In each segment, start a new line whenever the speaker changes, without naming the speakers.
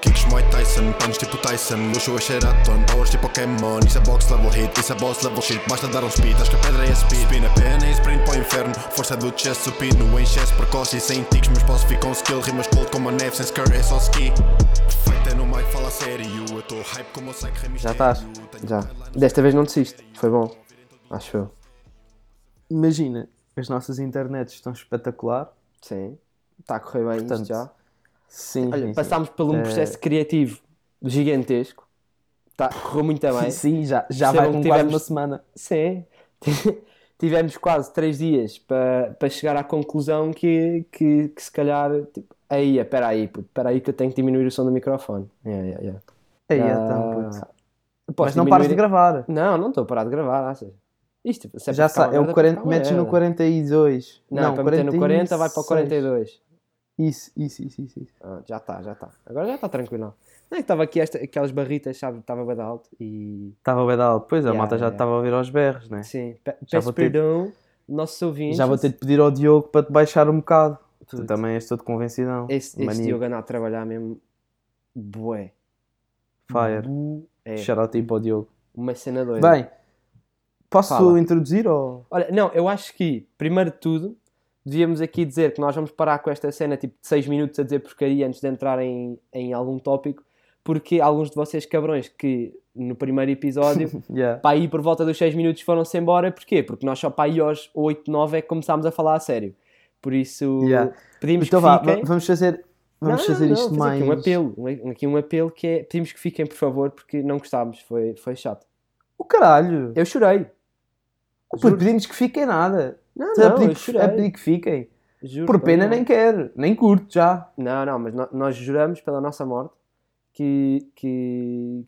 Kicks Mike Tyson, punch tipo Tyson Luxo é Sheraton, powers tipo Pokémon Isso é box level hit, isso é boss level shit Basta dar um speed, acho que a pedra é speed Spin a pena e sprint para o inferno Força do chest, supino em chest precoce E sem tics, meus passos ficam um skill Rimas cold como a neve, sem skirt é só ski Perfeito é no mic, fala sério Eu tô hype como o Psyche Remy
Já estás? Já. Desta vez não desiste. Foi bom. Acho eu.
Imagina, as nossas internets estão espetacular.
Sim. Está a correr bem
Portanto,
isto já.
Sim,
Olha,
sim,
passámos por um
Eh,
processo criativo gigantesco. Tá, correu muito
sim.
bem.
Sim, já, já vai
Percebam
com
que
quase
tivemos-
uma semana.
Sim. Tivemos quase três dias para para chegar à conclusão que, que, que se calhar. Tipo, aí, espera aí, puto, espera aí que eu tenho que diminuir o som do microfone. Yeah, yeah, yeah.
Aí,
Ah,
então, puto.
posso
Mas não pares de
diminuir-
gravar.
Não, não estou a parar de gravar, achas? Isto, se é
já
para ficar uma
sabe, é o
merda,
40,
fica uma
metes no
merda.
42.
Não, é para meter no 40 vai para o 42.
Isso, isso, isso, isso. isso.
Ah, já está, já está. Agora já está tranquilo. Não é que estava aqui esta, aquelas barritas, sabe? Estava bem alto e.
Estava bem dado. Pois, a
Yeah,
malta já
yeah,
estava a ouvir aos berros, né?
Sim, pe-
Já
peço
vou ter-
perdão, nossos ouvintes.
Já vou ter de pedir ao Diogo para te baixar um bocado. Tu
Tudo.
também és todo convencidão.
Esse, esse
Mania,
Diogo anda a trabalhar mesmo. Bué.
Fire.
É
Shout out aí para o Diogo.
uma cena doida.
Bem, posso
É. Fala.
introduzir ou...
Olha, não, eu acho que, primeiro de tudo, devíamos aqui dizer que nós vamos parar com esta cena tipo de 6 minutos a dizer porcaria antes de entrar em, em algum tópico, porque alguns de vocês cabrões que no primeiro episódio
Yeah.
para aí por volta dos 6 minutos foram-se embora, porquê? Porque nós só para aí aos 8, 9 é que começámos a falar a sério. Por isso,
Yeah.
pedimos
Então
que
vá,
fiquem.
va- vamos fazer, vamos
Não, não,
fazer
não,
isto
fazer
mais...
Aqui um apelo, um- aqui um apelo que é, pedimos que fiquem, por favor, porque não gostámos, foi, foi chato.
O caralho!
Eu chorei.
Oh, puto,
juro.
pedimos que fiquem nada.
Não,
Estás a
não,
pedir
eu
que-
chorei.
a pedir que fiquem.
Juro,
Por
pá,
pena
não. é?
nem quero. Nem curto já.
Não, não, mas no- nós juramos pela nossa morte que, que,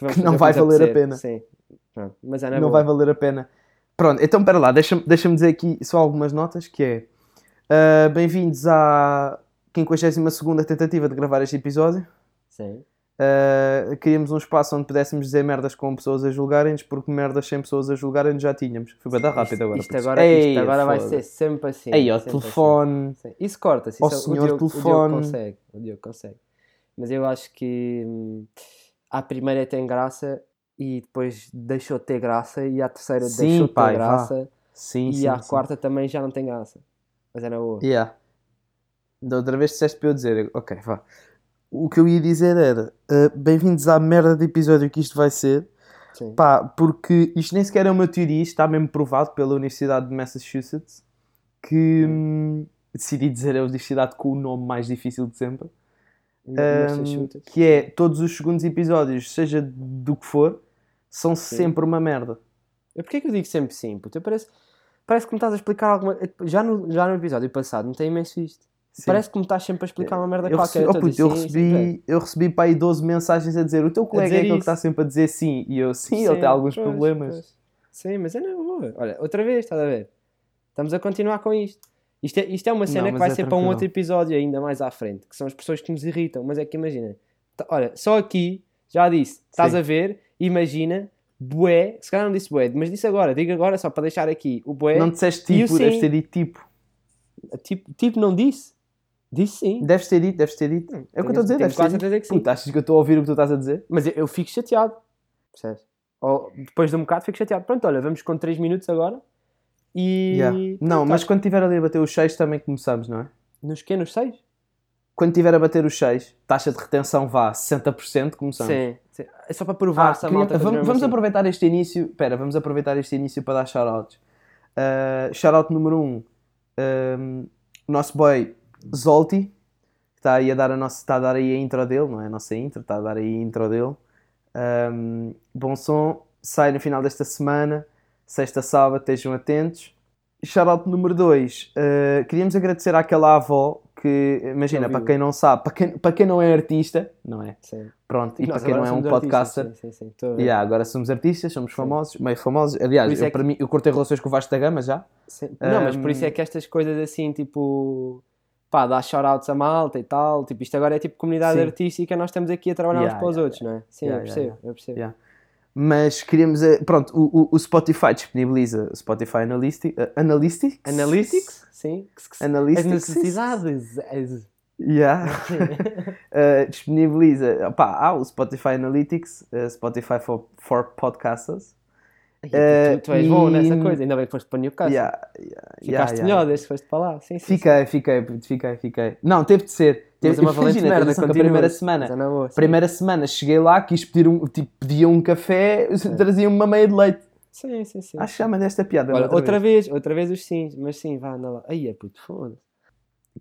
vamos
Que não
fazer o nos
vai valer a
apetecer.
pena.
Sim. Pronto, mas é na
não
boa.
vai valer a pena. Pronto, então pera lá, deixa-me deixa dizer aqui só algumas notas, que é... ah, Bem-vindos à 52ª tentativa de gravar este episódio.
Sim.
Uh, queríamos um espaço onde pudéssemos dizer merdas com pessoas a julgarem-nos, porque merdas sem pessoas a julgarem-nos já tínhamos. Foi bem dar rápido
Isto-
agora.
Isto
putz.
agora,
Ei,
isto agora vai
foda.
ser sempre assim.
Ei, ao
sempre assim.
telefone.
Sim, Isso corta-se.
Ó,
isso é-
senhor
o Diogo, o Diogo
telefone.
consegue. O Diogo consegue. Mas eu acho que hum, à primeira tem graça e depois deixou de ter graça e à terceira
Sim,
deixou de ter
pai, vá.
graça
Sim,
e
sim,
à
sim.
quarta também já não tem graça. Mas era boa.
Yeah. Da outra vez disseste para eu dizer. Ok, vá. O que eu ia dizer era: uh, bem-vindos à merda de episódio que isto vai ser.
Sim.
Pá, porque isto nem sequer é uma teoria, isto está mesmo provado pela Universidade de Massachusetts, que hum, decidi dizer a universidade com o nome mais difícil de sempre.
Nessas
Ahm,
chutas.
que é todos os segundos episódios, seja do que for, são sempre uma merda.
Eu- Porquê é que eu digo sempre sim? Puto? Eu parece, parece que me estás a explicar alguma. eh, Já no, já no episódio passado, não tem imenso isto.
Sim.
Parece que me estás sempre a explicar uma merda
eu
qualquer.
recebi, oh,
estou a
puto,
dizer
eu
sim,
recebi,
sim,
eu recebi para aí 12 mensagens a dizer o teu colega é
é. dizer
aquele que
isso.
está sempre a dizer sim, e eu sim,
Sim,
ele tem alguns
pois,
problemas.
pois. Sim, mas é na boa. Olha, outra vez, estás a ver? Estamos a continuar com isto. Isto é, isto é uma cena
Não,
que
mas
vai
é
ser para um
tranquilo.
outro episódio ainda mais à frente, que são as pessoas que nos irritam. Mas é que imagina, tá- olha, só aqui, já disse, estás
Sim.
a ver, imagina, bué, se calhar não disse bué, mas disse agora, digo agora só para deixar aqui o bué.
Não disseste
E o
tipo, deves
sim.
ter dito tipo.
Tipo, tipo, não disse? Disse sim.
Deves ter dito, deves ter dito. é o que eu estou a dizer,
Hum, Tenho
deves ter
quase
dito.
certeza que sim.
Puta, achas que eu estou a ouvir o que tu estás a dizer?
Mas eu, eu fico chateado. Percebes? Ou depois de um bocado fico chateado. Pronto, olha, vamos com 3 minutos agora. E. então tá.
Yeah. Não,
pronto,
mas
olha,
quando estiver ali a bater os 6 também começamos, não é?
Nos quê? Nos 6?
Quando estiver a bater os 6, taxa de retenção vá 60%, começamos.
Sim, sim. É só para
Ah,
provar se a
queria-
malta
vamos,
continua
vamos
mesmo assim.
aproveitar este início. Espera, vamos aproveitar este início para dar shoutouts. Uh, shoutout número 1, um, um, nosso boy Zolti, que está aí a dar a nossa, está a dar aí a intro dele, não é a nossa intro, está a dar aí a intro dele. Um, bom som, sai no final desta semana, sexta, sábado, estejam atentos. Shoutout número 2, queríamos agradecer àquela avó que, imagina,
ouviu.
para quem não sabe, para quem, para quem não é artista, não é?
Sim. Tipo,
Pronto, e
Nós
para quem
agora
não é um
somos artistas,
podcaster,
Sim, sim, sim. Estou a ver.
Yeah, agora somos artistas, somos famosos, meio famosos. Aliás,
É. Por isso
eu,
é que-
para mim, eu cortei relações com o Vasco da Gama já.
Sim. Não, mas por
Um,
isso é que estas coisas assim, tipo. Pá, dá shoutouts à malta e tal. Tipo, isto agora é tipo comunidade
Sim.
artística, nós estamos aqui a trabalhar
Yeah,
uns para os
yeah,
outros, não é? Sim,
Yeah,
eu
yeah,
percebo, eu percebo.
Yeah. Mas queríamos. eh, Pronto, o, o- o Spotify disponibiliza o Spotify eh, Analytics. Analytics?
Analytics? Sim.
Analytics.
As necessidades. as-
Yeah. Uh, disponibiliza. Opá, há o Spotify Analytics, uh, Spotify for, for Podcasters.
tu, tu és
Eh,
bom
e-
nessa coisa, ainda bem que foste para Newcastle.
Yeah, yeah, yeah,
Ficaste
yeah.
melhor desde que foste para lá. Sim, sim. sim.
Fiquei, fiquei, puto, fiquei, fiquei. Não, teve de ser.
Mas
Teve,
é uma valente
imagina,
merda,
atenção que a
continua.
primeira semana.
Mas é na boa, sim.
Primeira semana cheguei lá, quis pedir um, tipo, pedia um café, trazia uma meia de leite.
Sim, sim, sim.
Acho que já mandei esta piada.
Olha,
outra
outra
vez.
vez. outra vez os sims, mas sim, vá, anda lá. Aí é puto, foda-se.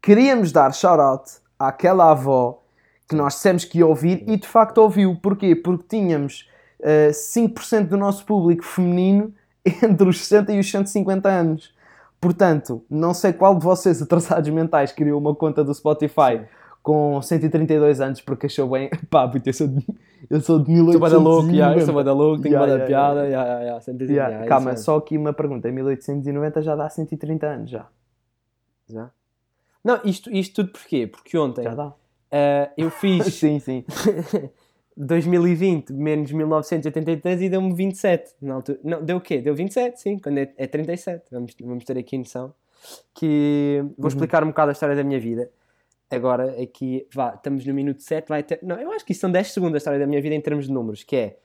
Queríamos dar shout-out àquela avó que nós dissemos que ia ouvir e de facto ouviu. Porquê? Porque tínhamos eh, 5% do nosso público feminino entre os 60 e os 150 anos. Portanto, não sei qual de vocês atrasados mentais criou uma conta do Spotify com 132 anos porque achou bem, pá, puto, eu sou de, eu sou de
Estou bada louco, yeah,
1890.
estou bada louco, tenho
Yeah,
bada
yeah,
piada,
yeah.
yeah, yeah, yeah, sentes-
Yeah,
yeah,
calma,
isso
só aqui uma pergunta. 1890 já dá 130 anos, já.
mesmo, já. Não, isto, isto tudo porquê? Porque ontem
Já dá.
ah, eu fiz
Sim, sim.
2020 menos 1983 e deu-me 27. Na altura. Não, deu o quê? Deu 27, sim, quando é, é 37. Vamos, vamos ter aqui noção. Que vou explicar um bocado a história da minha vida. Agora, aqui, vá, estamos no minuto 7, vai ter. Não, eu acho que isso são 10 segundos a história da minha vida em termos de números, que é.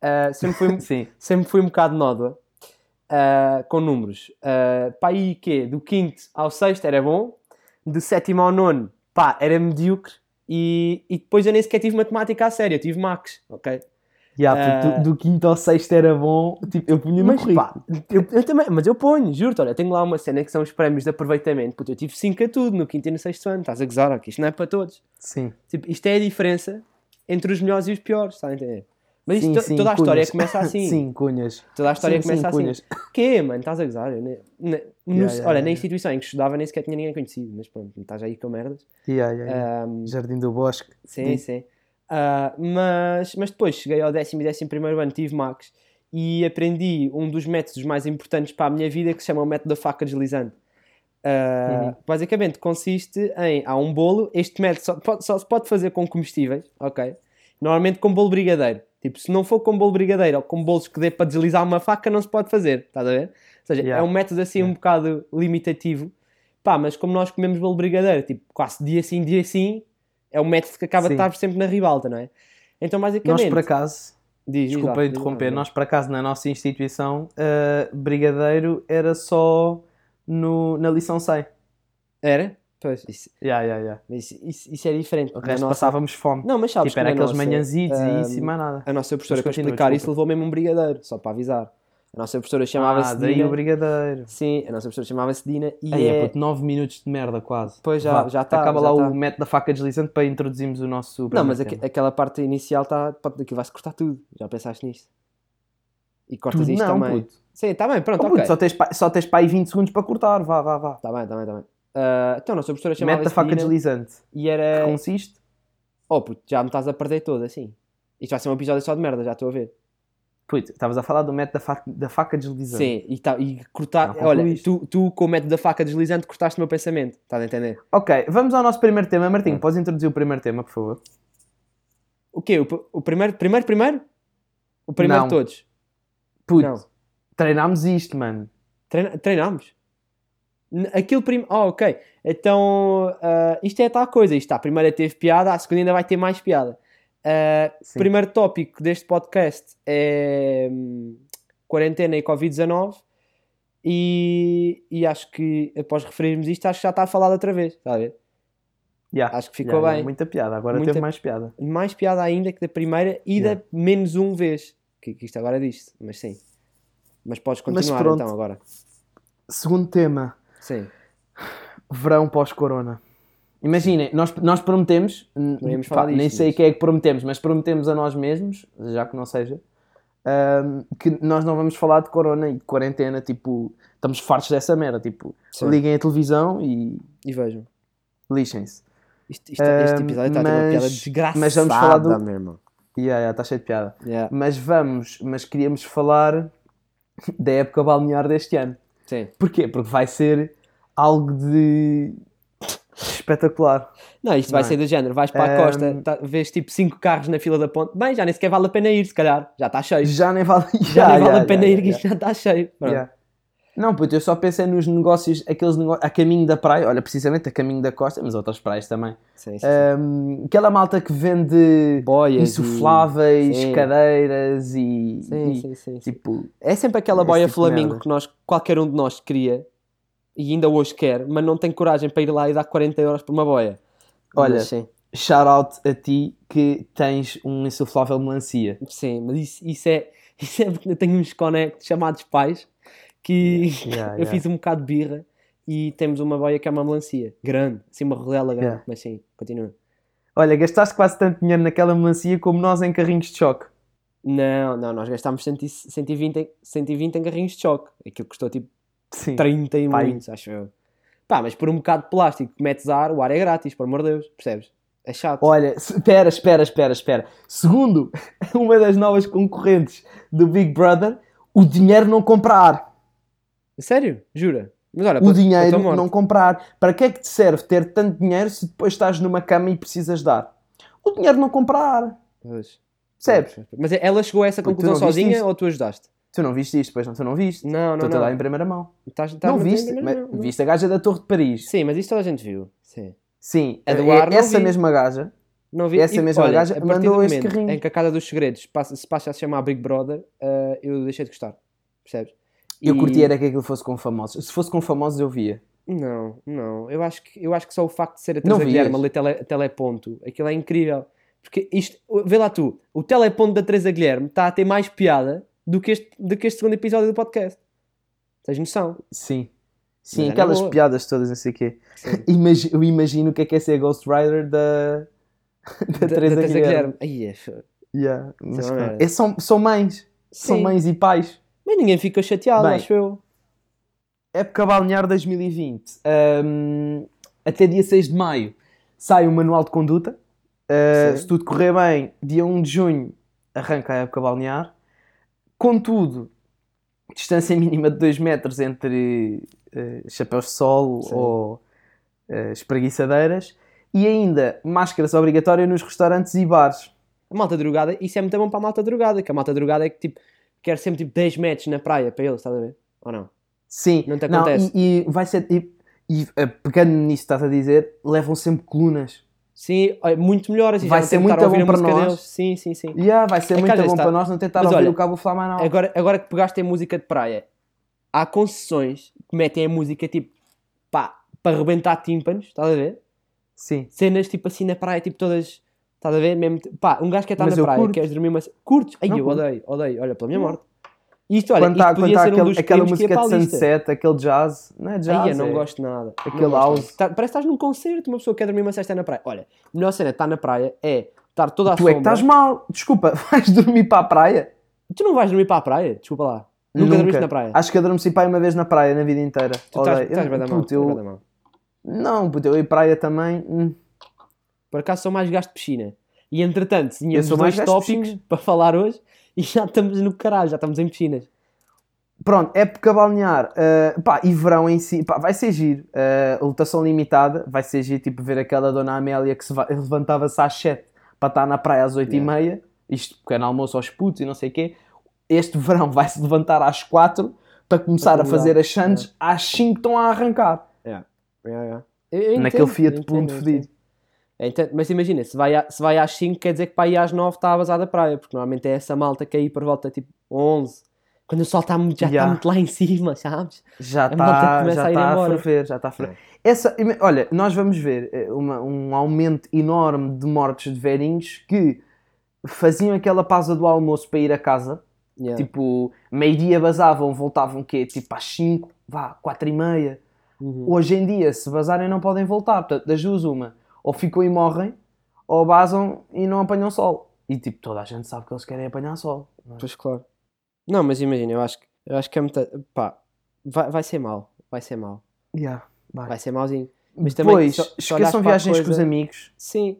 ah, sempre fui,
Sim.
sempre fui um bocado nódoa ah, com números. Ah, pá, aí quê? Do quinto ao sexto era bom, do sétimo ao nono, pá, era medíocre e, e depois eu nem sequer tive matemática a sério, eu tive max, ok?
Yeah, puto,
Eh,
do, do quinto ao sexto era bom, tipo, eu punha no
Mas
currículo.
pá, eu, eu também, mas eu ponho, juro-te, olha, eu tenho lá uma cena que são os prémios de aproveitamento, puto, eu tive 5 a tudo no quinto e no sexto ano, estás a gozar, ok? Isto não é para todos.
Sim.
Tipo, isto é a diferença entre os melhores e os piores, estás a entender? Mas isto,
Sim,
to-
sim,
toda a história
cunhas.
começa assim.
Sim, cunhas.
Toda a história
Sim, sim,
começa assim.
cunhas.
Quê, mano? Estás a gozar? Eu ne- ne- no-
Yeah, yeah,
olha,
yeah,
na instituição em que estudava nem sequer tinha ninguém conhecido, mas pronto, estás aí com merdas.
Yeah,
Uhum.
yeah, yeah.
Ahm,
Jardim do Bosque.
sim, sim. Ah, mas, mas depois cheguei ao décimo e décimo primeiro ano, tive Max e aprendi um dos métodos mais importantes para a minha vida que se chama o método da faca deslizante. Ah,
Uhum.
Basicamente consiste em há um bolo, este método só, pode- só se pode fazer com comestíveis, ok? Normalmente com bolo brigadeiro. Tipo, se não for com bolo brigadeiro ou com bolos que dê para deslizar uma faca, não se pode fazer, estás a ver? Ou seja,
Yeah.
é um método assim um bocado limitativo. Pá, mas como nós comemos bolo brigadeiro, tipo, quase dia sim, dia sim, é um método que acaba de
Sim.
estar sempre na ribalta, não é? Então,
Nós,
basicamente...
por acaso,
Diz, diz lá,
desculpa
diz lá,
interromper,
diz lá.
nós, por acaso, na nossa instituição, eh, brigadeiro era só no, na lição 100.
Era? Pois, isso,
Yeah, yeah, yeah.
isso, isso- isso é diferente.
O
da
resto
nossa-
passávamos fome.
Não, mas sabes é
tipo, era
que Ah, na
aqueles
nossa,
manhãzitos e
ahm,
isso e mais nada.
A nossa professora,
Mas
para
continua,
explicar isso,
desculpa.
levou mesmo um brigadeiro, só para avisar. A nossa professora
Ah,
chamava-se
daí
Dina.
o brigadeiro.
Sim, a nossa professora chamava-se Dina e
Aí é,
é-
puto, 9 minutos de merda quase.
Pois já-
Vá,
já tá,
Acaba
já
lá
tá.
o método da faca deslizante para introduzirmos o nosso.
Não,
primeiro
mas é aque-
tema.
aquela parte inicial está. Aquilo vai-se cortar tudo. Já pensaste nisto? E cortas
Tudo
isto
não,
também.
puto.
Sim, está bem, pronto,
Oh,
ok.
puto, só, tens pa- só tens para aí 20 segundos para cortar, vá, vá, vá.
Está Tá bem, está bem, está bem. Ah, então, a nossa professora
Mete da
chamava-se
faca
Dina
deslizante.
e
Que
era.
consiste?
Oh, puto, já me estás a perder todo, assim. Isto vai ser um episódio só de merda, já estou a ver.
Puto, estavas a falar do método da, fa- da faca deslizante.
Sim, e, tá, e cortar.
Não
Olha,
concluíste.
tu, tu com o método da faca deslizante cortaste o meu pensamento, estás a entender?
Ok, vamos ao nosso primeiro tema. Martinho, podes introduzir o primeiro tema, por favor?
O quê? O, pr- o primeiro, primeiro, primeiro? O primeiro
Não.
de todos?
Puto,
Não.
treinámos isto, mano.
Treina- treinámos? N- Aquilo primeiro. Oh, ok. Então, ah, isto é tal coisa. Isto, tá, a primeira teve piada, a segunda ainda vai ter mais piada. Ah,
Sim.
o primeiro tópico deste podcast é hum, quarentena e Covid-19. E, e acho que, após referirmos isto, acho que já está falado outra vez. Está a ver?
Yeah.
Acho que ficou
Yeah, yeah,
bem.
Muita piada, agora
Muita-
teve mais piada.
Mais piada ainda que da primeira e
Yeah.
da menos um vez. Que, que isto agora diz mas sim. Mas podes
Mas
continuar
pronto.
então agora.
Segundo tema.
Sim.
verão pós-corona. Imaginem, nós, nós prometemos, n-
Não íamos
pá,
falar disto,
nem sei
mas-
quem é que prometemos, mas prometemos a nós mesmos, já que não seja, ahm, que nós não vamos falar de corona e de quarentena, tipo, estamos fartos dessa merda, tipo,
Sim.
liguem a televisão e
E vejam.
lixem-se.
Isto, isto- este
Ahm,
episódio está a ter uma piada
mas-
desgraçada,
mas vamos falar do-
meu irmão.
Yeah, yeah, ah, está cheio de piada.
Yeah,
Mas vamos, mas queríamos falar da época balnear deste ano.
Sim.
Porquê? Porque vai ser algo de espetacular.
Não, isto vai
Não é?
ser do género. Vais para a
Ahm,
costa, tá- vês tipo 5 carros na fila da ponte. Bem, já nem sequer vale a pena ir, se calhar. Já está cheio.
Já nem vale,
Já nem vale
Yeah,
a pena
yeah,
ir,
yeah,
que isto já está cheio. Pronto.
yeah. Não, puto, eu só pensei nos negócios, aqueles negócios, a caminho da praia, olha, precisamente a caminho da costa, mas outras praias também.
Sim, sim.
Ahm, aquela malta que vende
Boias e-
insufláveis,
Sim.
cadeiras e,
Sim,
e,
sim, sim, sim.
tipo.
É sempre aquela
Esse
boia
tipo de
flamingo
merda.
que nós, qualquer um de nós queria e ainda hoje quer, mas não tem coragem para ir lá e dar 40 euros por uma boia.
Olha.
Mas sim,
Shout out a ti que tens um insuflável melancia.
sim, mas isso, isso é. Isso é porque eu tenho uns connect chamados pais que
Yeah,
eu
yeah.
fiz um bocado de birra e temos uma boia que é uma melancia grande, assim uma rodela grande,
Yeah.
mas sim, continua.
Olha, gastaste quase tanto dinheiro naquela melancia como nós em carrinhos de choque.
Não, não, nós gastámos 100 e- 120, em- 120 em carrinhos de choque. Aquilo custou tipo
Sim.
30 e
Pá,
muitos, acho eu. Pá, mas por um bocado de plástico que metes ar, o ar é grátis, por amor de Deus, percebes? É chato.
Olha, se- espera, espera, espera, espera. Segundo uma das novas concorrentes do Big Brother, o dinheiro não comprar.
Sério? Jura? Mas olha,
O
eu tô
dinheiro
morto.
não comprar. Para que é que te serve ter tanto dinheiro se depois estás numa cama e precisas dar? O dinheiro não comprar.
Pois.
Percebes?
Mas ela chegou a essa
Porque tu
conclusão
não viste
sozinha
isso?
ou tu ajudaste?
Tu não viste isto, pois não? Tu não viste?
Não, não,
Estou-te a dar
não.
em primeira mão.
Estás- estás
Não
mantendo-
viste?
mas
Mas
não, é? não.
Viste a gaja da Torre de Paris.
Sim, mas isto toda a gente viu. Sim.
Sim,
A do
é-
ar não
essa
vi.
mesma gaja.
Não vi.
Essa mesma gaja
a partir
mandou
do
esse
momento
carrinho.
Em que a Casa dos Segredos passa- se passa a se chamar Big Brother, eh, eu deixei de gostar. Percebes?
Eu
E-
curti era que aquilo fosse com famosos. Se fosse com famosos, eu via.
Não, não. Eu acho que, eu acho que só o facto de ser a Teresa
Não vias?
Guilherme a ler tele- teleponto, aquilo é incrível. Porque isto, vê lá tu, o teleponto da Teresa Guilherme está a ter mais piada do que este, do que este segundo episódio do podcast. Tens noção?
Sim. Sim,
era
aquelas
boa.
piadas todas, não sei o quê.
Sim.
Imagi- eu imagino o que é que é ser a Ghost Rider da, da, Teresa Guilherme.
Aí é f-
Yeah, mas
Isso é uma
pronto.
merda.
É, são, são mães. São
Sim.
mães e pais.
Mas ninguém fica chateado,
Bem.
acho eu.
Época balnear 2020. Hum, até dia 6 de maio sai o manual de conduta. Uh,
Sim.
se tudo correr bem, dia 1 de junho arranca a época balnear. Contudo, distância mínima de 2 metros entre uh, chapéus de sol
Sim.
ou uh, espreguiçadeiras. E ainda máscaras obrigatórias nos restaurantes e bares.
A malta drogada, isso é muito bom para a malta drogada, que a malta drogada é que tipo, quer sempre tipo 10 metros na praia para eles, estás a ver? Ou não?
Sim,
Não te acontece.
e, e vai ser. E, e, eh, pegando nisso, que estás a dizer, levam sempre colunas.
Sim, olha, muito melhor assim. já
Vai
não
ser
tenho que estar
muito
a ouvir
bom
a
para
música
nós.
deles. Sim, sim, sim.
Yeah, vai ser
É que
muito
às
bom
vezes tá-
para nós não tentar
Mas
ouvir
olha,
o Cabo Flamanal.
Agora, agora que pegaste em música de praia, há concessões que metem a música tipo pá, para rebentar tímpanos, estás a ver?
Sim.
Cenas tipo assim na praia, tipo todas, estás a ver? Mesmo, tipo, pá, um gajo quer estar
Mas
na
eu
praia,
curto.
queres dormir uma. ce- Curtes? Ai,
Não
eu
curto. Hum.
odeio, odeio, olha, pela minha morte. Isto, olha,
quando tá-
isto
quando
podia
tá
ser um
aquele-
dos
aquela
crimes que ia
música
para
de
a lista.
Sunset, aquele jazz, não é jazz?
Ai, eu não
é-
gosto nada. Não
Aquele
gosto nada.
house.
Tá- parece que estás num concerto, uma pessoa quer dormir uma cesta na praia. Olha, a melhor cena de estar na praia é estar toda a
Tu é que estás mal. Desculpa, vais dormir para a praia?
Tu não vais dormir para a praia? Desculpa lá. Nunca, dormiste na praia.
Acho que eu adormeci para aí uma vez na praia na vida inteira.
Tu estás,
Odeio.
estás
Ah, Eu-
bem da mão.
puto,
estás
eu-
bué da mão.
Não, puto, eu ir praia também. hum.
Por acaso sou mais gasto de piscina. E entretanto, tínhamos
Eu sou
dois
mais gajo de
tópicos para falar hoje e já estamos no caralho, já estamos em piscinas.
Pronto, época balnear. eh, pá, e verão em si. Pá, vai ser giro. Eh, lotação limitada. Vai ser giro, tipo, ver aquela dona Amélia que se va- levantava-se às 7 para estar na praia às 8
Yeah.
e meia. Isto, pequeno almoço aos putos e não sei o quê. Este verão vai-se levantar às 4 para começar
Para
a fazer as chantes às 5 estão a arrancar.
Eu- eu
Naquele
entendo,
Fiat
eu
Punto
entendo, eu
fedido.
entendo. Entendo, mas imagina, se vai, a- se vai às 5, quer dizer que para aí às 9 está a vazar da praia, porque normalmente é essa malta que aí por volta tipo 11, quando o sol está muito, já está
Yeah.
muito lá em cima, sabes?
Já
A malta
está
começa a
já
ir
tá a
embora.
ferver, já está a ferver. Essa, ima- olha, nós vamos ver eh, uma- um aumento enorme de mortes de velhinhos que faziam aquela pausa do almoço para ir a casa.
Yeah.
Tipo, meio-dia basavam, voltavam quê? Tipo às 5, vá, 4 e meia.
Uhum.
Hoje em dia, se basarem, não podem voltar. Portanto, das duas, uma. Ou ficam e morrem, ou basam e não apanham sol. E tipo, toda a gente sabe que eles querem apanhar sol. não é?
Pois claro. Não, mas imagina, eu acho que, eu acho que é muita. Pá, vai, vai ser mal, vai ser mal,
Yeah, vai.
vai ser malzinho. Mas
Mas
também,
Depois,
se- se olhares para
esqueçam
a
viagens com os
coisa-
amigos.
Sim.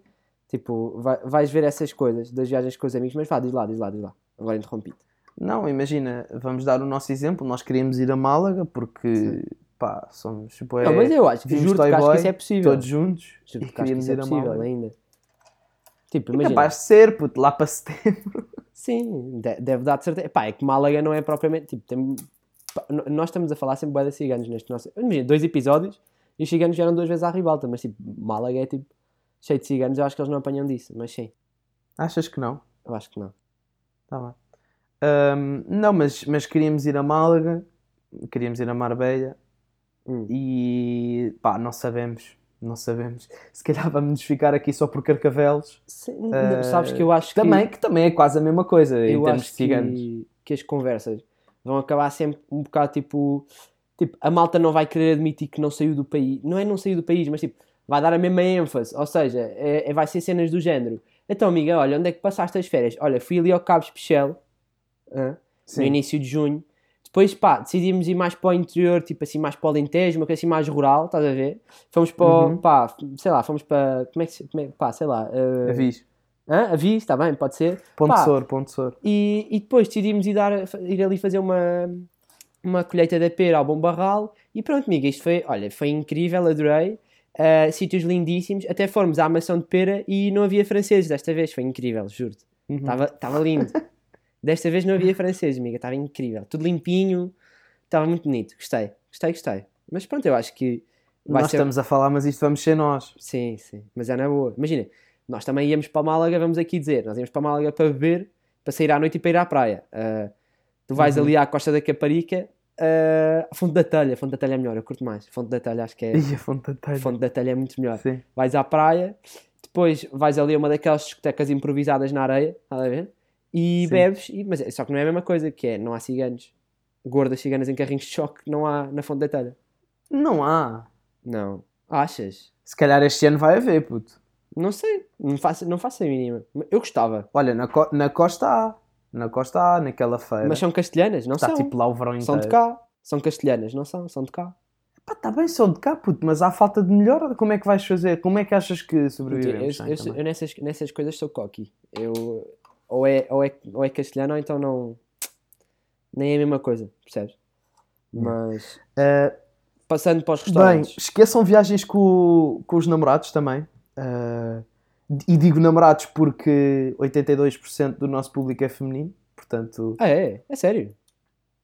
Tipo, vai- vais ver essas coisas das viagens com os amigos, mas vá, diz lá, diz lá, diz lá. Agora interrompi-te.
Não, imagina, vamos dar o nosso exemplo. Nós queríamos ir a Málaga porque,
Sim.
pá, somos bué,
Não, mas eu acho,
vimos
juro-te
É Toy
que acho que
Boy,
isso é possível.
todos juntos
Juro-te
e
que acho que
queríamos
isso é
ir a
possível
Málaga.
ainda. Tipo,
É
imagina.
capaz de ser, puto, lá para setembro.
Sim, de- deve dar de certeza. Pá, é que Málaga não é propriamente. Tipo, tem Pá, no- Nós estamos a falar sempre bué de ciganos neste nosso. Imagina, dois episódios e os ciganos vieram duas vezes à ribalta, mas tipo, Málaga é tipo cheio de ciganos, eu acho que eles não apanham disso, mas sim,
Achas que não?
eu acho que não.
Tá bem. Ahm, não, mas, mas queríamos ir a Málaga, queríamos ir a Marbella
Hum.
e pá, não sabemos. Não sabemos. Se calhar vamos ficar aqui só por Carcavelos.
Sim, não, sabes que eu acho que.
Também, que também é quase a mesma coisa em
eu
termos
acho
de ciganos.
que, que as conversas vão acabar sempre um bocado tipo, tipo, a malta não vai querer admitir que não saiu do país, não é não saiu do país, mas tipo, vai dar a mesma ênfase, ou seja, é, é- vai ser cenas do género. Então, amiga, olha, onde é que passaste as férias? Olha, fui ali ao Cabo Especial, hã, no
Sim.
início de junho, depois, pá, decidimos ir mais para o interior, tipo assim, mais para o Alentejo, uma coisa assim mais rural, estás a ver? Fomos para, o-
Uhum.
pá, sei lá, fomos para, como é que se, como é- pá, sei lá, eh,
Avis.
hã? Avis, está bem, pode ser.
Ponte
Pá.
Sor, Ponte Sor.
E, e depois decidimos ir, dar- fa- ir ali fazer uma, uma colheita da pera ao Bom Barral. E pronto, amiga, isto foi, olha, foi incrível, adorei. Ah, sítios lindíssimos, até fomos à maçã de pera e não havia franceses desta vez, foi incrível, juro-te.
Uhum.
Estava lindo. desta vez não havia franceses, amiga, estava incrível. Tudo limpinho, estava muito bonito, gostei, gostei, gostei. Mas pronto, eu acho que vai
Nós
ser.
estamos a falar, mas isto vamos ser nós.
Sim, sim, mas é na boa. Imagina, nós também íamos para Málaga, vamos aqui dizer, nós íamos para Málaga para beber, para sair à noite e para ir à praia. Ah, tu vais
Uhum.
ali à Costa da Caparica, ah, Fonte da Telha, Fonte da Telha é melhor, eu curto mais. Fonte da Telha acho que é,
E a Fonte da Telha.
Fonte da Telha é muito melhor.
Sim.
Vais à praia, depois vais ali a uma daquelas discotecas improvisadas na areia, estás a ver? E
Sim.
bebes, e- mas é- só que não é a mesma coisa, que é, não há ciganos. Gordas ciganas em carrinhos de choque não há na Fonte da Telha.
Não há.
Não. Achas?
Se calhar este ano vai haver, puto.
Não sei, não faço, não faço a mínima. Eu gostava,
Olha, na, co- na costa há. Na costa há, naquela feira.
mas são castelhanas, não
Está
são.
tipo lá o verão inteiro.
são de cá, são castelhanas, não são, são de cá.
Pá, tá bem, são de cá, puto, mas há falta de melhor. Como é que vais fazer? Como é que achas que
Eu,
sobrevivemos?
eu,
né,
eu-
também?
eu nessas, nessas coisas sou coqui. Eu, ou, é, ou, é, ou é castelhano ou então não. Nem é a mesma coisa, percebes?
Hum.
Mas.
Eh,
Passando para os
bem,
restaurantes.
esqueçam viagens com, com os namorados também. Eh, e digo namorados porque 82% do nosso público é feminino. Portanto,
Ah, é? É sério?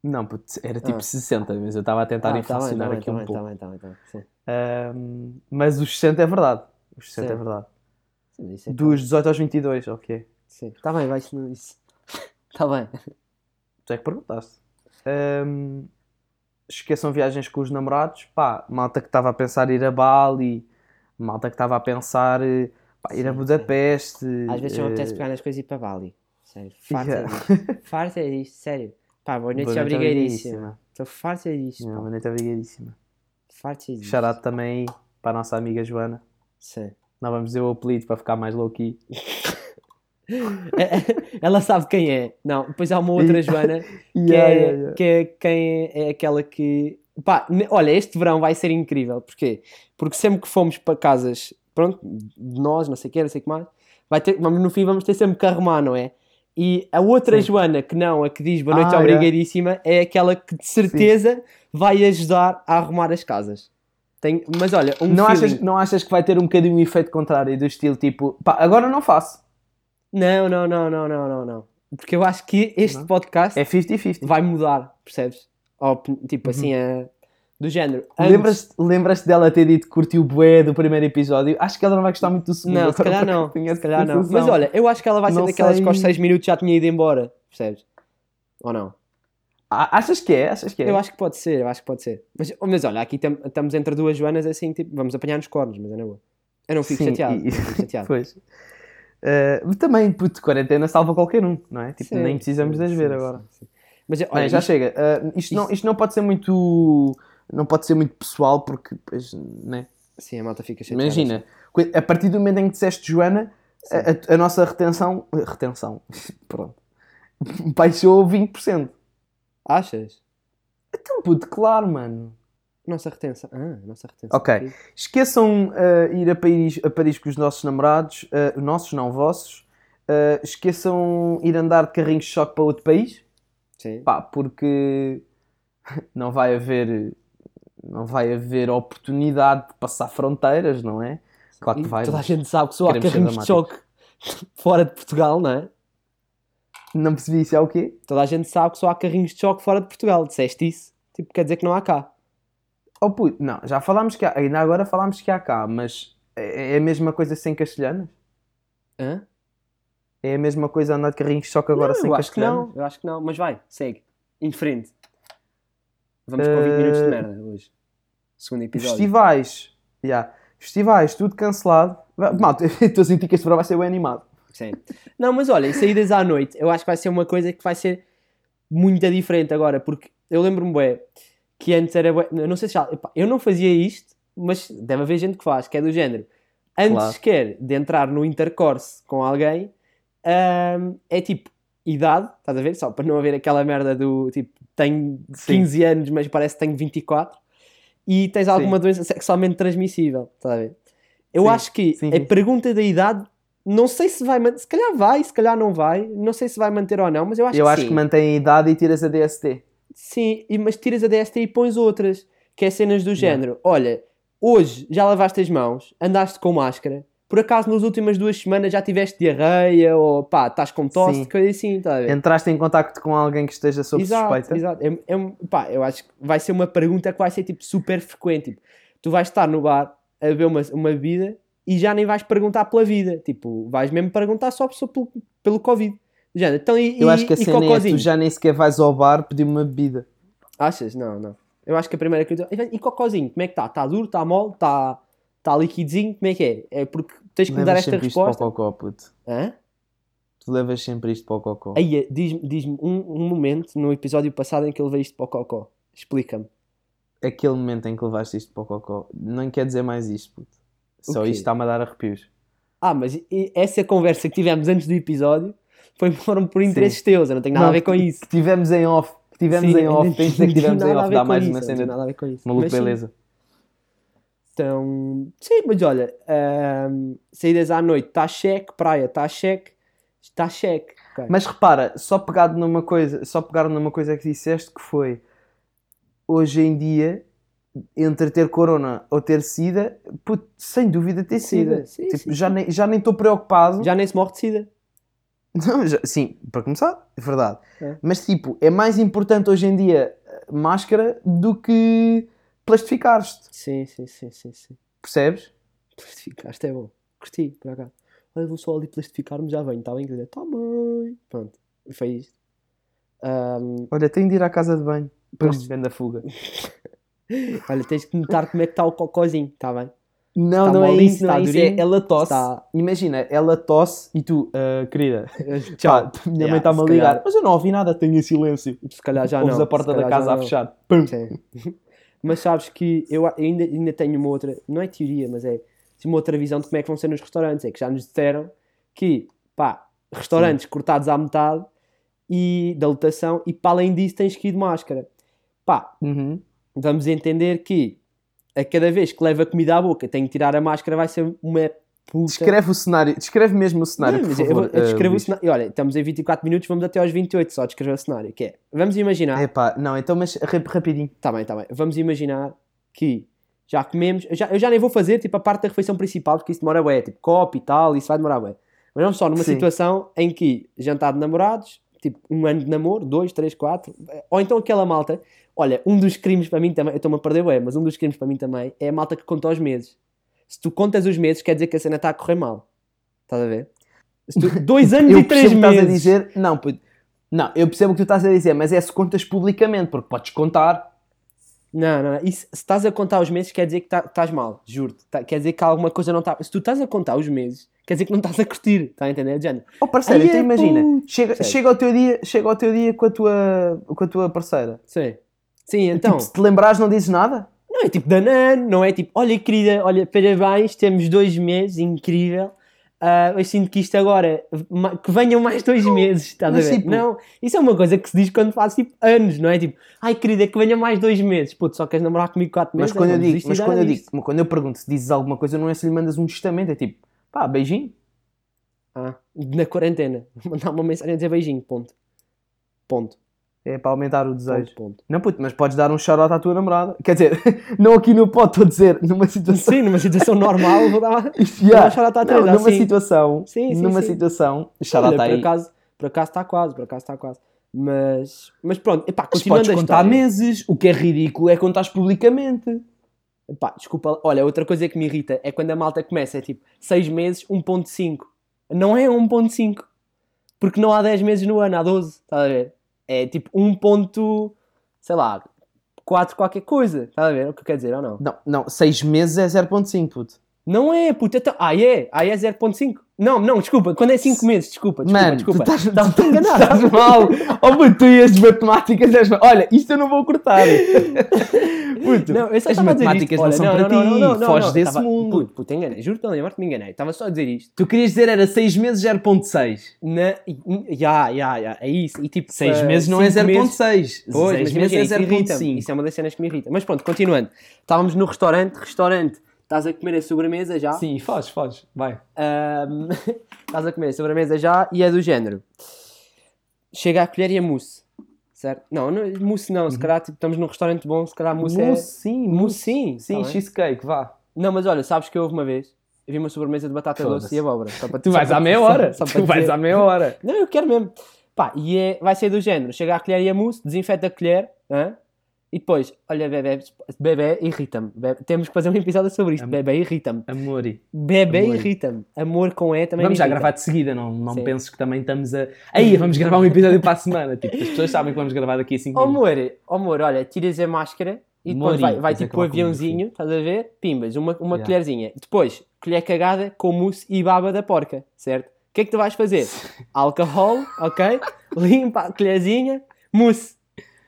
não, puto, era tipo
Ah.
60, mas eu estava a tentar
ah,
inflacionar
bem,
aqui um
tá bem,
pouco.
tá bem, tá bem, tá bem, tá bem. Sim.
Ahm, mas os 60 é verdade. Os 60 é
Sim.
verdade.
Sim, isso é
Dos 18 aos 22, ok.
Sim. Tá bem, vai-se no- isso. Tá bem.
Tu é que perguntaste. Ahm, esqueçam viagens com os namorados. Pá, malta que estava a pensar ir a Bali, malta que estava a pensar eh, pá, ir a
Sim,
Budapeste.
Às vezes não
eh,
me apetece pegar nas coisas e ir para Bali. Sério. Farto
Yeah.
é disto. Farto é disto, sério. Pá, boa noite,
Boa noite,
obrigadíssima.
obrigadíssima.
Estou farto é disto.
Yeah,
pá.
Boa noite, obrigadíssima.
Farto é disto.
Charado também aí para a nossa amiga Joana.
Sim.
Não vamos dizer o apelido para ficar mais low-key.
Ela sabe quem é. Não, depois há uma outra
E-
Joana que,
Yeah,
é,
yeah, yeah.
que é quem é aquela que. Pá, ne- olha, este verão vai ser incrível. Porquê? Porque sempre que fomos para casas, pronto, de nós, não sei o que, não sei o que mais, vai ter, vamos, no fim vamos ter sempre que arrumar, não é? E a outra
Sim.
Joana, que não, a que diz boa noite
Ah, yeah.
obrigadíssima, é aquela que de certeza vai ajudar a arrumar as casas. Tenho, mas olha, um
Não
feeling.
achas, não achas que vai ter um bocadinho o efeito contrário do estilo tipo, pá, agora não faço.
Não, não, não, não, não, não, não. Porque eu acho que este
Não?
podcast
É 50-50.
vai mudar, percebes? A opini- tipo assim, a- do género. Antes-
Lembras-te lembras dela ter dito que curtiu o bué do primeiro episódio? Acho que ela não vai gostar muito do segundo.
Não, se
agora,
calhar
porque
não.
tenho
Se
essa
calhar não.
sensação.
Mas olha, eu acho que ela vai ser
Não
daquelas que aos
sei.
6 minutos já tinha ido embora, percebes? Ou não?
A- Achas que é? Achas que é?
Eu acho que pode ser, eu acho que pode ser. Mas, oh, mas olha, aqui tam- estamos entre duas Joanas assim, tipo, vamos apanhar nos cornos, mas é na boa. Eu não fico
Sim,
chateado.
e-
não fico chateado.
Pois. Eh, mas também, puto, quarentena salva qualquer um, não é? Tipo,
Sim,
nem precisamos
sim,
das ver
sim,
agora.
sim, sim. Mas olha,
Bem, já
isto-
chega. Eh, isto, Não, isto não pode ser muito. Não pode ser muito pessoal, porque, pois, né?
sim, a malta fica chateada.
Imagina, que- a partir do momento em que disseste Joana,
é,
a, a- a nossa retenção. Retenção, pronto. Baixou 20%.
Achas?
Então, puto, claro, mano.
Nossa retenção. Ah, nossa retenção.
Ok. Esqueçam uh, ir a Paris, a Paris com os nossos namorados, uh, nossos, não vossos. Uh, esqueçam ir andar de carrinhos de choque para outro país,
Sim.
pá, porque não vai haver, não vai haver oportunidade de passar fronteiras, não é? Claro que
E
vai.
Toda a
mas
gente sabe que só há
Queremos ser
carrinhos de choque fora de Portugal, não é?
Não percebi isso, é o quê?
Toda a gente sabe que só há carrinhos de choque fora de Portugal. Disseste isso? tipo, quer dizer que não há cá.
Oh puto, não, já falámos que há, ainda agora falámos que há cá, mas é é a mesma coisa sem castelhanas?
Hã?
É a mesma coisa andar de carrinho de choque agora
Não,
sem
eu acho que
castelhanas?
não, eu acho que não, mas vai, segue. Em frente. Vamos
Eh,
com 20 minutos de merda hoje. Segundo episódio.
Festivais, já. Festivais, tudo cancelado. Va- Malta, estou a sentir que este programa vai ser bem animado.
Sim. Não, mas olha, e saídas à noite, eu acho que vai ser uma coisa que vai ser muito diferente agora, porque eu lembro-me bem que antes era bué- eu não sei se já, epá, eu não fazia isto, mas deve haver gente que faz, que é do género. Antes
Claro.
quer de entrar no intercourse com alguém, ahm, é tipo idade, estás a ver? Só para não haver aquela merda do tipo, tenho
Sim.
15 anos, mas parece que tenho 24 e tens alguma doença sexualmente transmissível, estás a ver? Eu
Sim,
acho que
sim,
a
sim.
pergunta da idade, não sei se vai manter, se calhar vai, se calhar não vai, não sei se vai manter ou não, mas eu acho
Eu
que
acho
sim.
que mantém a idade e tiras a DST.
Sim, e- mas tiras a DST e pões outras, que é cenas do
Yeah.
género. Olha, hoje já lavaste as mãos, andaste com máscara, por acaso nas últimas duas semanas já tiveste diarreia ou pá, estás com tosse,
Sim.
coisa assim, estás a ver?
Entraste em contacto com alguém que esteja sob
Exato,
suspeita.
exato. É, é um- pá, eu acho que vai ser uma pergunta que vai ser tipo super frequente. Tipo, tu vais estar no bar a beber uma, uma bebida e já nem vais perguntar pela vida. Tipo, vais mesmo perguntar só só pelo, pelo Covid. Já, então, e,
Eu
e-
acho que a
e
cena é
cocôzinho?
tu já nem sequer vais ao bar pedir uma bebida.
Achas? Não, não. Eu acho que a primeira coisa. E cocôzinho, como é que está? Está duro? Está mole? Está tá liquidzinho? Como é que é? É porque tens que me dar
Levas
esta
sempre isto para o
resposta.
cocó, puto.
Hã?
Tu levas sempre isto para o cocó.
Aí, diz-me diz um, um momento no episódio passado em que eu levei isto para o Cocó. Explica-me.
Aquele momento em que levaste isto para o cocó. Não quer dizer mais isto, puto.
O
Só
quê?
isto está-me a dar arrepios.
Ah, mas e- e essa conversa que tivemos antes do episódio foi foram por interesses teus, eu não tenho nada a ver com
que-
isso.
Que tivemos em off. Que tivemos
Sim,
em off.
não
Tens de dizer que
tenho
tivemos em
nada a
off.
ver
Dá
com
mais
isso,
uma
não tenho
cena.
nada a ver com isso.
Maluco,
Mas sim,
beleza.
Então, sim, mas olha, ahm, saídas à noite está cheque, praia está cheque, está cheque. ok.
É. Mas repara, só pegado numa coisa, só pegaram numa coisa que disseste que foi hoje em dia entre ter corona ou ter sida, puto, sem dúvida ter
Sida,
sida.
sim,
Tipo,
sim,
já nem já nem estou preocupado.
Já nem se morre de sida.
Não, já- sim, para começar, é verdade.
É.
Mas tipo, é mais importante hoje em dia eh, máscara do que plastificar-te,
Sim, sim, sim, sim, sim.
percebes?
Plastificaste é bom. Curti, por acaso. Olha, vou só ali plastificar-me, já venho, está bem? Quer dizer, tá bem. Pronto, foi isto. Ahm,
Olha, tenho de ir à casa de banho.
Pois.
Vendo a fuga.
olha, tens que notar como é que está o cocôzinho, está bem?
Não,
Tá
não é
molinho,
isso, não
tá
é isso.
durinho,
É, ela tosse.
tá-
Imagina, ela tosse e tu, "Ah, querida,
Tchau.
pá, minha mãe
Yeah,
está-me a
se
ligar.
calhar.
Mas eu não ouvi nada, tenho em silêncio.
Se calhar já
Ouves
não.
a porta
se
da
calhar
casa
já
a
não.
fechar. Pum.
Sim. Mas sabes que eu a- ainda, ainda tenho uma outra, não é teoria, mas é assim, uma outra visão de como é que vão ser nos restaurantes. É que já nos disseram que, pá, restaurantes cortados à metade e da lotação, e para além disso tens que ir de máscara. Pá,
Uhum.
vamos entender que a cada vez que leva comida à boca tem que tirar a máscara, vai ser uma puta.
Descreve o cenário, descreve mesmo o cenário,
Não,
por
mas eu,
favor.
vou- eu descrevo
ah,
o cenário. E Olha, estamos em 24 minutos, vamos até aos 28 só descrever o cenário. Que é, vamos imaginar.
Luís. Epá, não, então, mas rap- rapidinho.
Tá bem, tá bem. Vamos imaginar que já comemos. Eu já, eu já nem vou fazer tipo a parte da refeição principal, porque isso demora bué, tipo copo e tal, isso vai demorar bué. Mas vamos só numa
Sim.
situação em que jantar de namorados, tipo um ano de namoro, dois, três, quatro, ou então aquela malta. Olha, um dos crimes para mim também, eu estou-me a perder bué, mas um dos crimes para mim também é a malta que conta os meses. Se tu contas os meses, quer dizer que a cena está a correr mal. Estás a ver? Se tu- dois anos
Eu
e três
percebo o que estás a
meses.
dizer. Não, puto. não, eu percebo o que tu estás a dizer, mas é se contas publicamente, porque podes contar.
Não, não, não. Isso, se estás a contar os meses, quer dizer que tá- estás mal, juro-te. Tá- quer dizer que alguma coisa não está. Se tu estás a contar os meses, quer dizer que não estás a curtir, está a entender? De género.
Oh, parceiro,
Ai,
então
é,
imagina,
puto.
chega,
Sério.
chega, ao teu dia, chega ao teu dia com a tua, com a tua parceira.
Sim. Sim, então.
É Tipo, Se te lembrares, não dizes nada?
Não é tipo danano, não é tipo, olha querida, olha, parabéns, temos dois meses, incrível. Ah, eu sinto que isto agora, ma- que venham mais dois meses, estás a
mas
ver?
tipo-
Não, isso é uma coisa que se diz quando faz tipo anos, não é? Tipo, ai querida, que venham mais dois meses, pô, tu só queres namorar comigo quatro
Mas
meses.
quando
é,
eu
vamos
digo,
isto e
mas
dar
quando eu digo,
isto.
mas quando eu pergunto se dizes alguma coisa, não é se lhe mandas um testamento, é tipo, pá, beijinho.
Ah, na quarentena, mandar uma mensagem a dizer beijinho, ponto. Ponto.
É para aumentar o
Ponto,
desejo.
ponto.
Não, puto, mas podes dar um shout à tua namorada. Quer dizer, não aqui no pote, estou a dizer, numa situação.
Sim, numa situação normal, vou dar.
Yeah.
Vou dar shout-out à
Não,
Teresa,
numa
assim.
situação.
Sim, sim,
numa
sim.
situação. Shout
Olha,
out
por
aí.
acaso, por acaso está quase, por acaso está quase. Mas, mas pronto, epá,
Mas podes
continuando a
contar
história.
meses. O que é ridículo é contares publicamente.
Epá, desculpa, olha, outra coisa que me irrita é quando a malta começa, é tipo, 6 meses, 1.5. Não é 1.5. Porque não há 10 meses no ano, há 12, estás a ver? É tipo 1. ponto, sei lá, 4 qualquer coisa, estás a ver? O que eu quero dizer, ou não?
Não, não, 6 meses é 0.5, puto.
Não é, puta, então, ah é, ah é 0.5. Não, não, desculpa, quando é 5 meses, desculpa, desculpa,
Mano,
desculpa.
tu estás,
Estava-te
tu
a enganar.
estás mal. Oh, puto, tu e as matemáticas. És... mal. Olha, isto eu não vou cortar. Puto,
Não, eu só
as
estava a dizer
matemáticas
isto.
não
Olha,
são para ti. Foge
eu
desse
tava-
mundo.
Puto, puto, enganei, juro-te, não, Marta, me enganei. Estava só a dizer isto.
Tu querias dizer era 6 meses 0.6.
Na, um, ya, ya, ya, é isso. E tipo,
6
eh,
meses não é
cinco meses-
0.6.
Pois,
6
mas imagina,
meses
isso
é
irrita-me.
0.5.
Isso é uma das cenas que me irrita. Mas pronto, continuando. Estávamos no restaurante, restaurante, estás a comer a sobremesa já.
é um- Sim, foge, foge. Vai.
Ahm, estás a comer a sobremesa já e é do género. Chega a colher e a mousse. Certo? Não, não mousse não, se calhar tipo, estamos num restaurante bom, se calhar mousse,
Uhum. Mousse, sim,
é. Mousse sim. tá
Sim,
bem.
cheesecake, vá.
Não, mas olha, sabes que eu houve uma vez, vi uma sobremesa de batata
Foda-se.
doce e abóbora. Só para,
Tu
só
vais
para-
à meia
só-
hora.
só para
Tu vais
dizer.
à meia hora.
Não, eu quero mesmo. Pá, e é, vai ser do género. Chega a colher e a mousse, desinfeta a colher, hã? e depois, olha, bebê, bebê irrita-me. Bebé- Temos que fazer um episódio sobre isto.
Am-
Bebê irrita-me.
Amori.
Bebê
Amor.
irrita-me. Amor com E também me
Vamos já
irrita.
gravar de seguida, não, não
Sim.
penses que também estamos a. Aí, vamos gravar um episódio para a semana. Tipo, as pessoas sabem que vamos gravar daqui a 5
Oh,
minutos.
amor, oh, amor, olha, tiras a máscara e depois
Mori,
vai, vai
quer dizer
tipo
é que
o
vai comer,
aviãozinho, estás a ver? Pimbas, uma, uma
Yeah.
colherzinha. Depois, colher cagada com mousse e baba da porca, certo? O que é que tu vais fazer? Alcohol, ok? Limpa a colherzinha, mousse.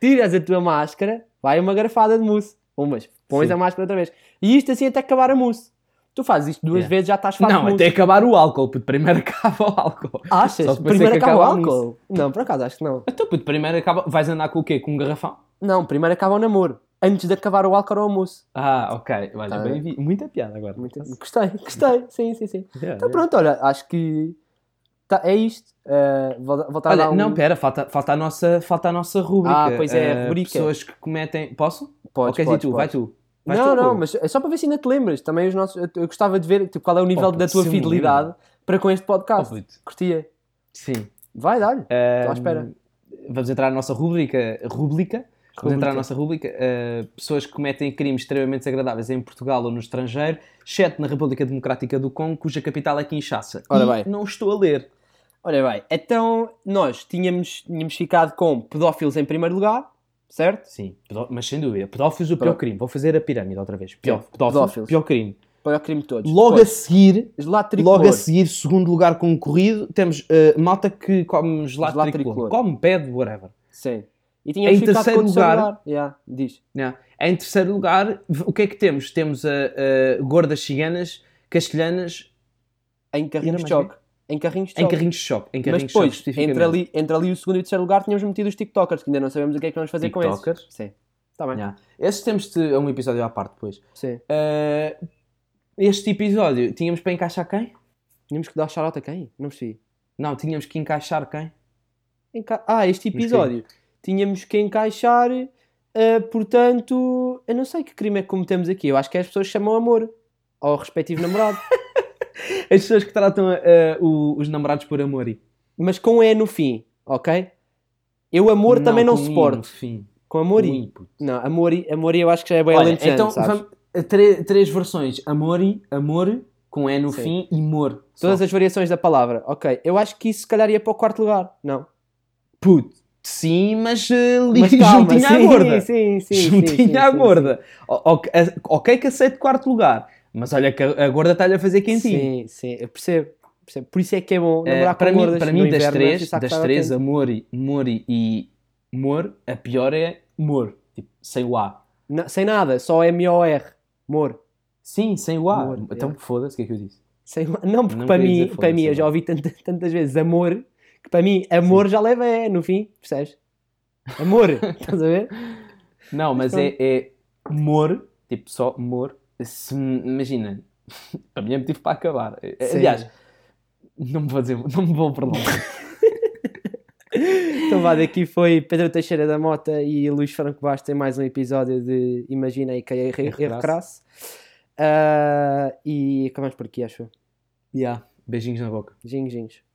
Tiras a tua máscara, vai uma garfada de mousse. Umas, pões
Sim.
a máscara outra vez. E isto assim até acabar a mousse. Tu fazes isto duas
Yeah.
vezes, já estás farto de
Não,
mousse.
até acabar o álcool, puto. Primeiro acaba o álcool. Só
Achas?
depois é
Primeiro
que
acaba o
acaba a mousse.
álcool? Não, por acaso, acho que não.
Então, puto, primeiro acaba. Vais andar com o quê? Com um garrafão?
Não, primeiro acaba o namoro. Antes de acabar o álcool ou a mousse.
Ah, ok. Olha,
Tá.
bem vi. Muita piada agora.
Muito- Gostei, gostei, sim, sim, sim.
Yeah,
Então
yeah.
pronto, olha, acho que tá- é isto. Uh, vol- voltar a
Olha,
dar um...
não, pera, falta, falta, a nossa, falta a nossa rúbrica.
Ah, pois é, a
Eh,
rubrica.
Pessoas que cometem. Posso?
Podes,
ok,
podes,
e tu, vai
podes.
tu. Vais
não,
tu,
não,
Rui.
mas é só para ver se ainda te lembras. Também os nossos... Eu, eu gostava de ver tipo, qual é o nível
Oh,
da
puto,
tua
se eu me
fidelidade para com este
Oh,
podcast.
puto,
Curtia.
Sim. Eh,
Vai, dá-lhe. Estou à espera.
Vamos entrar na nossa rubrica. Rubrica? Vamos
Rubrica.
entrar na nossa rubrica. eh, pessoas que cometem crimes extremamente desagradáveis em Portugal ou no estrangeiro, exceto na República Democrática do Congo, cuja capital é Kinshasa.
Ora
E
bem.
Não estou a ler.
Olha bem, então nós tínhamos, tínhamos ficado com pedófilos em primeiro lugar, certo?
Sim, pedó- mas sem dúvida. Pedófilos, o pior
Pedó-
crime. Vou fazer a pirâmide outra vez. Pior,
Sim,
pedófilos,
pedófilos.
pior crime.
Para o crime de todos.
Logo a
Depois,
seguir,
gelado tricolor.
Logo a seguir, segundo lugar concorrido, temos eh, malta que come gelado,
Gelado tricolor.
tricolor. Come pede, whatever.
Sim. E tínhamos
Em
ficado
terceiro
com o terceiro
lugar-
lugar. Yeah, diz.
né? Em terceiro lugar, v- o que é que temos? Temos a, a gordas ciganas, castelhanas,
Em carrinhos de
mais bem?
choque. Em carrinhos de
em
choque.
carrinhos de choque. Em
Mas
carrinhos de
depois,
choque,
entre ali, entre ali o segundo e o terceiro lugar, tínhamos metido os TikTokers, que ainda não sabemos o que é que vamos fazer com
TikTokers?
esses. Sim. Está Tá bem.
Yeah. Esses temos de, é um episódio à parte depois.
Sim.
Eh, este episódio, tínhamos para encaixar quem?
Tínhamos que dar shout a quem? Não percebi.
Não, tínhamos que encaixar quem?
Enca... Ah, este episódio. Tínhamos que encaixar, eh, portanto, eu não sei que crime é que cometemos aqui. Eu acho que é as pessoas que chamam amor ao respectivo namorado.
As pessoas que tratam eh, o- os namorados por amor.
Mas com E no fim, ok? Eu amor também não
com I,
suporto.
no fim.
Com amor
Com
e...
I, puto.
Não, amor e, amor e eu acho que já é bem
Olha,
alentejano,
então
sabes?
vamos, tre- três versões: Amori, Amor, com E no
Sim.
fim e Mor. Só.
Todas as variações da palavra. Ok, eu acho que isso se calhar ia para o quarto lugar. Não.
Puto, sim, mas uh,
Mas calma,
juntinho à
sim,
gorda.
Sim, sim, sim,
juntinho
sim,
à
sim,
gorda. O- ok- a- ok, que aceito quarto lugar, mas olha que a, a gorda está-lhe a fazer
Sim,
quentinho.
sim, sim, eu percebo, percebo. Por isso é que é bom
Eh,
namorar
para
com
mim,
gordas
para
no
mim das
inverno,
três,
antes de estar
das
a
três
quente.
Amori, Mori e Mor, a pior é Mor, tipo, sem é o A.
Na- sem nada, só M-O-R. Amor.
Sim, sem o A.
Mor,
então foda-se, o que é que eu disse?
Sem- não, porque
Não
para
queria
mim,
dizer
para mim,
foda-se,
eu já
não.
ouvi tanta- tantas vezes amor, que para mim, amor já leva é no fim, percebes? Amor, estás a ver?
Não, mas é, é Mor, tipo, só Mor. Se- imagina, para mim é motivo para acabar. Eh,
Sim.
Aliás, não me vou dizer, não me vou perdoar.
Então vá, daqui foi Pedro Teixeira da Mota e Luís Franco Bastos em mais um episódio de Imagina e que
Erro
Erro
Crasso.
Crasso. Ah, e acabamos por aqui, acho.
Yeah. Beijinhos na boca.
Ginginhos.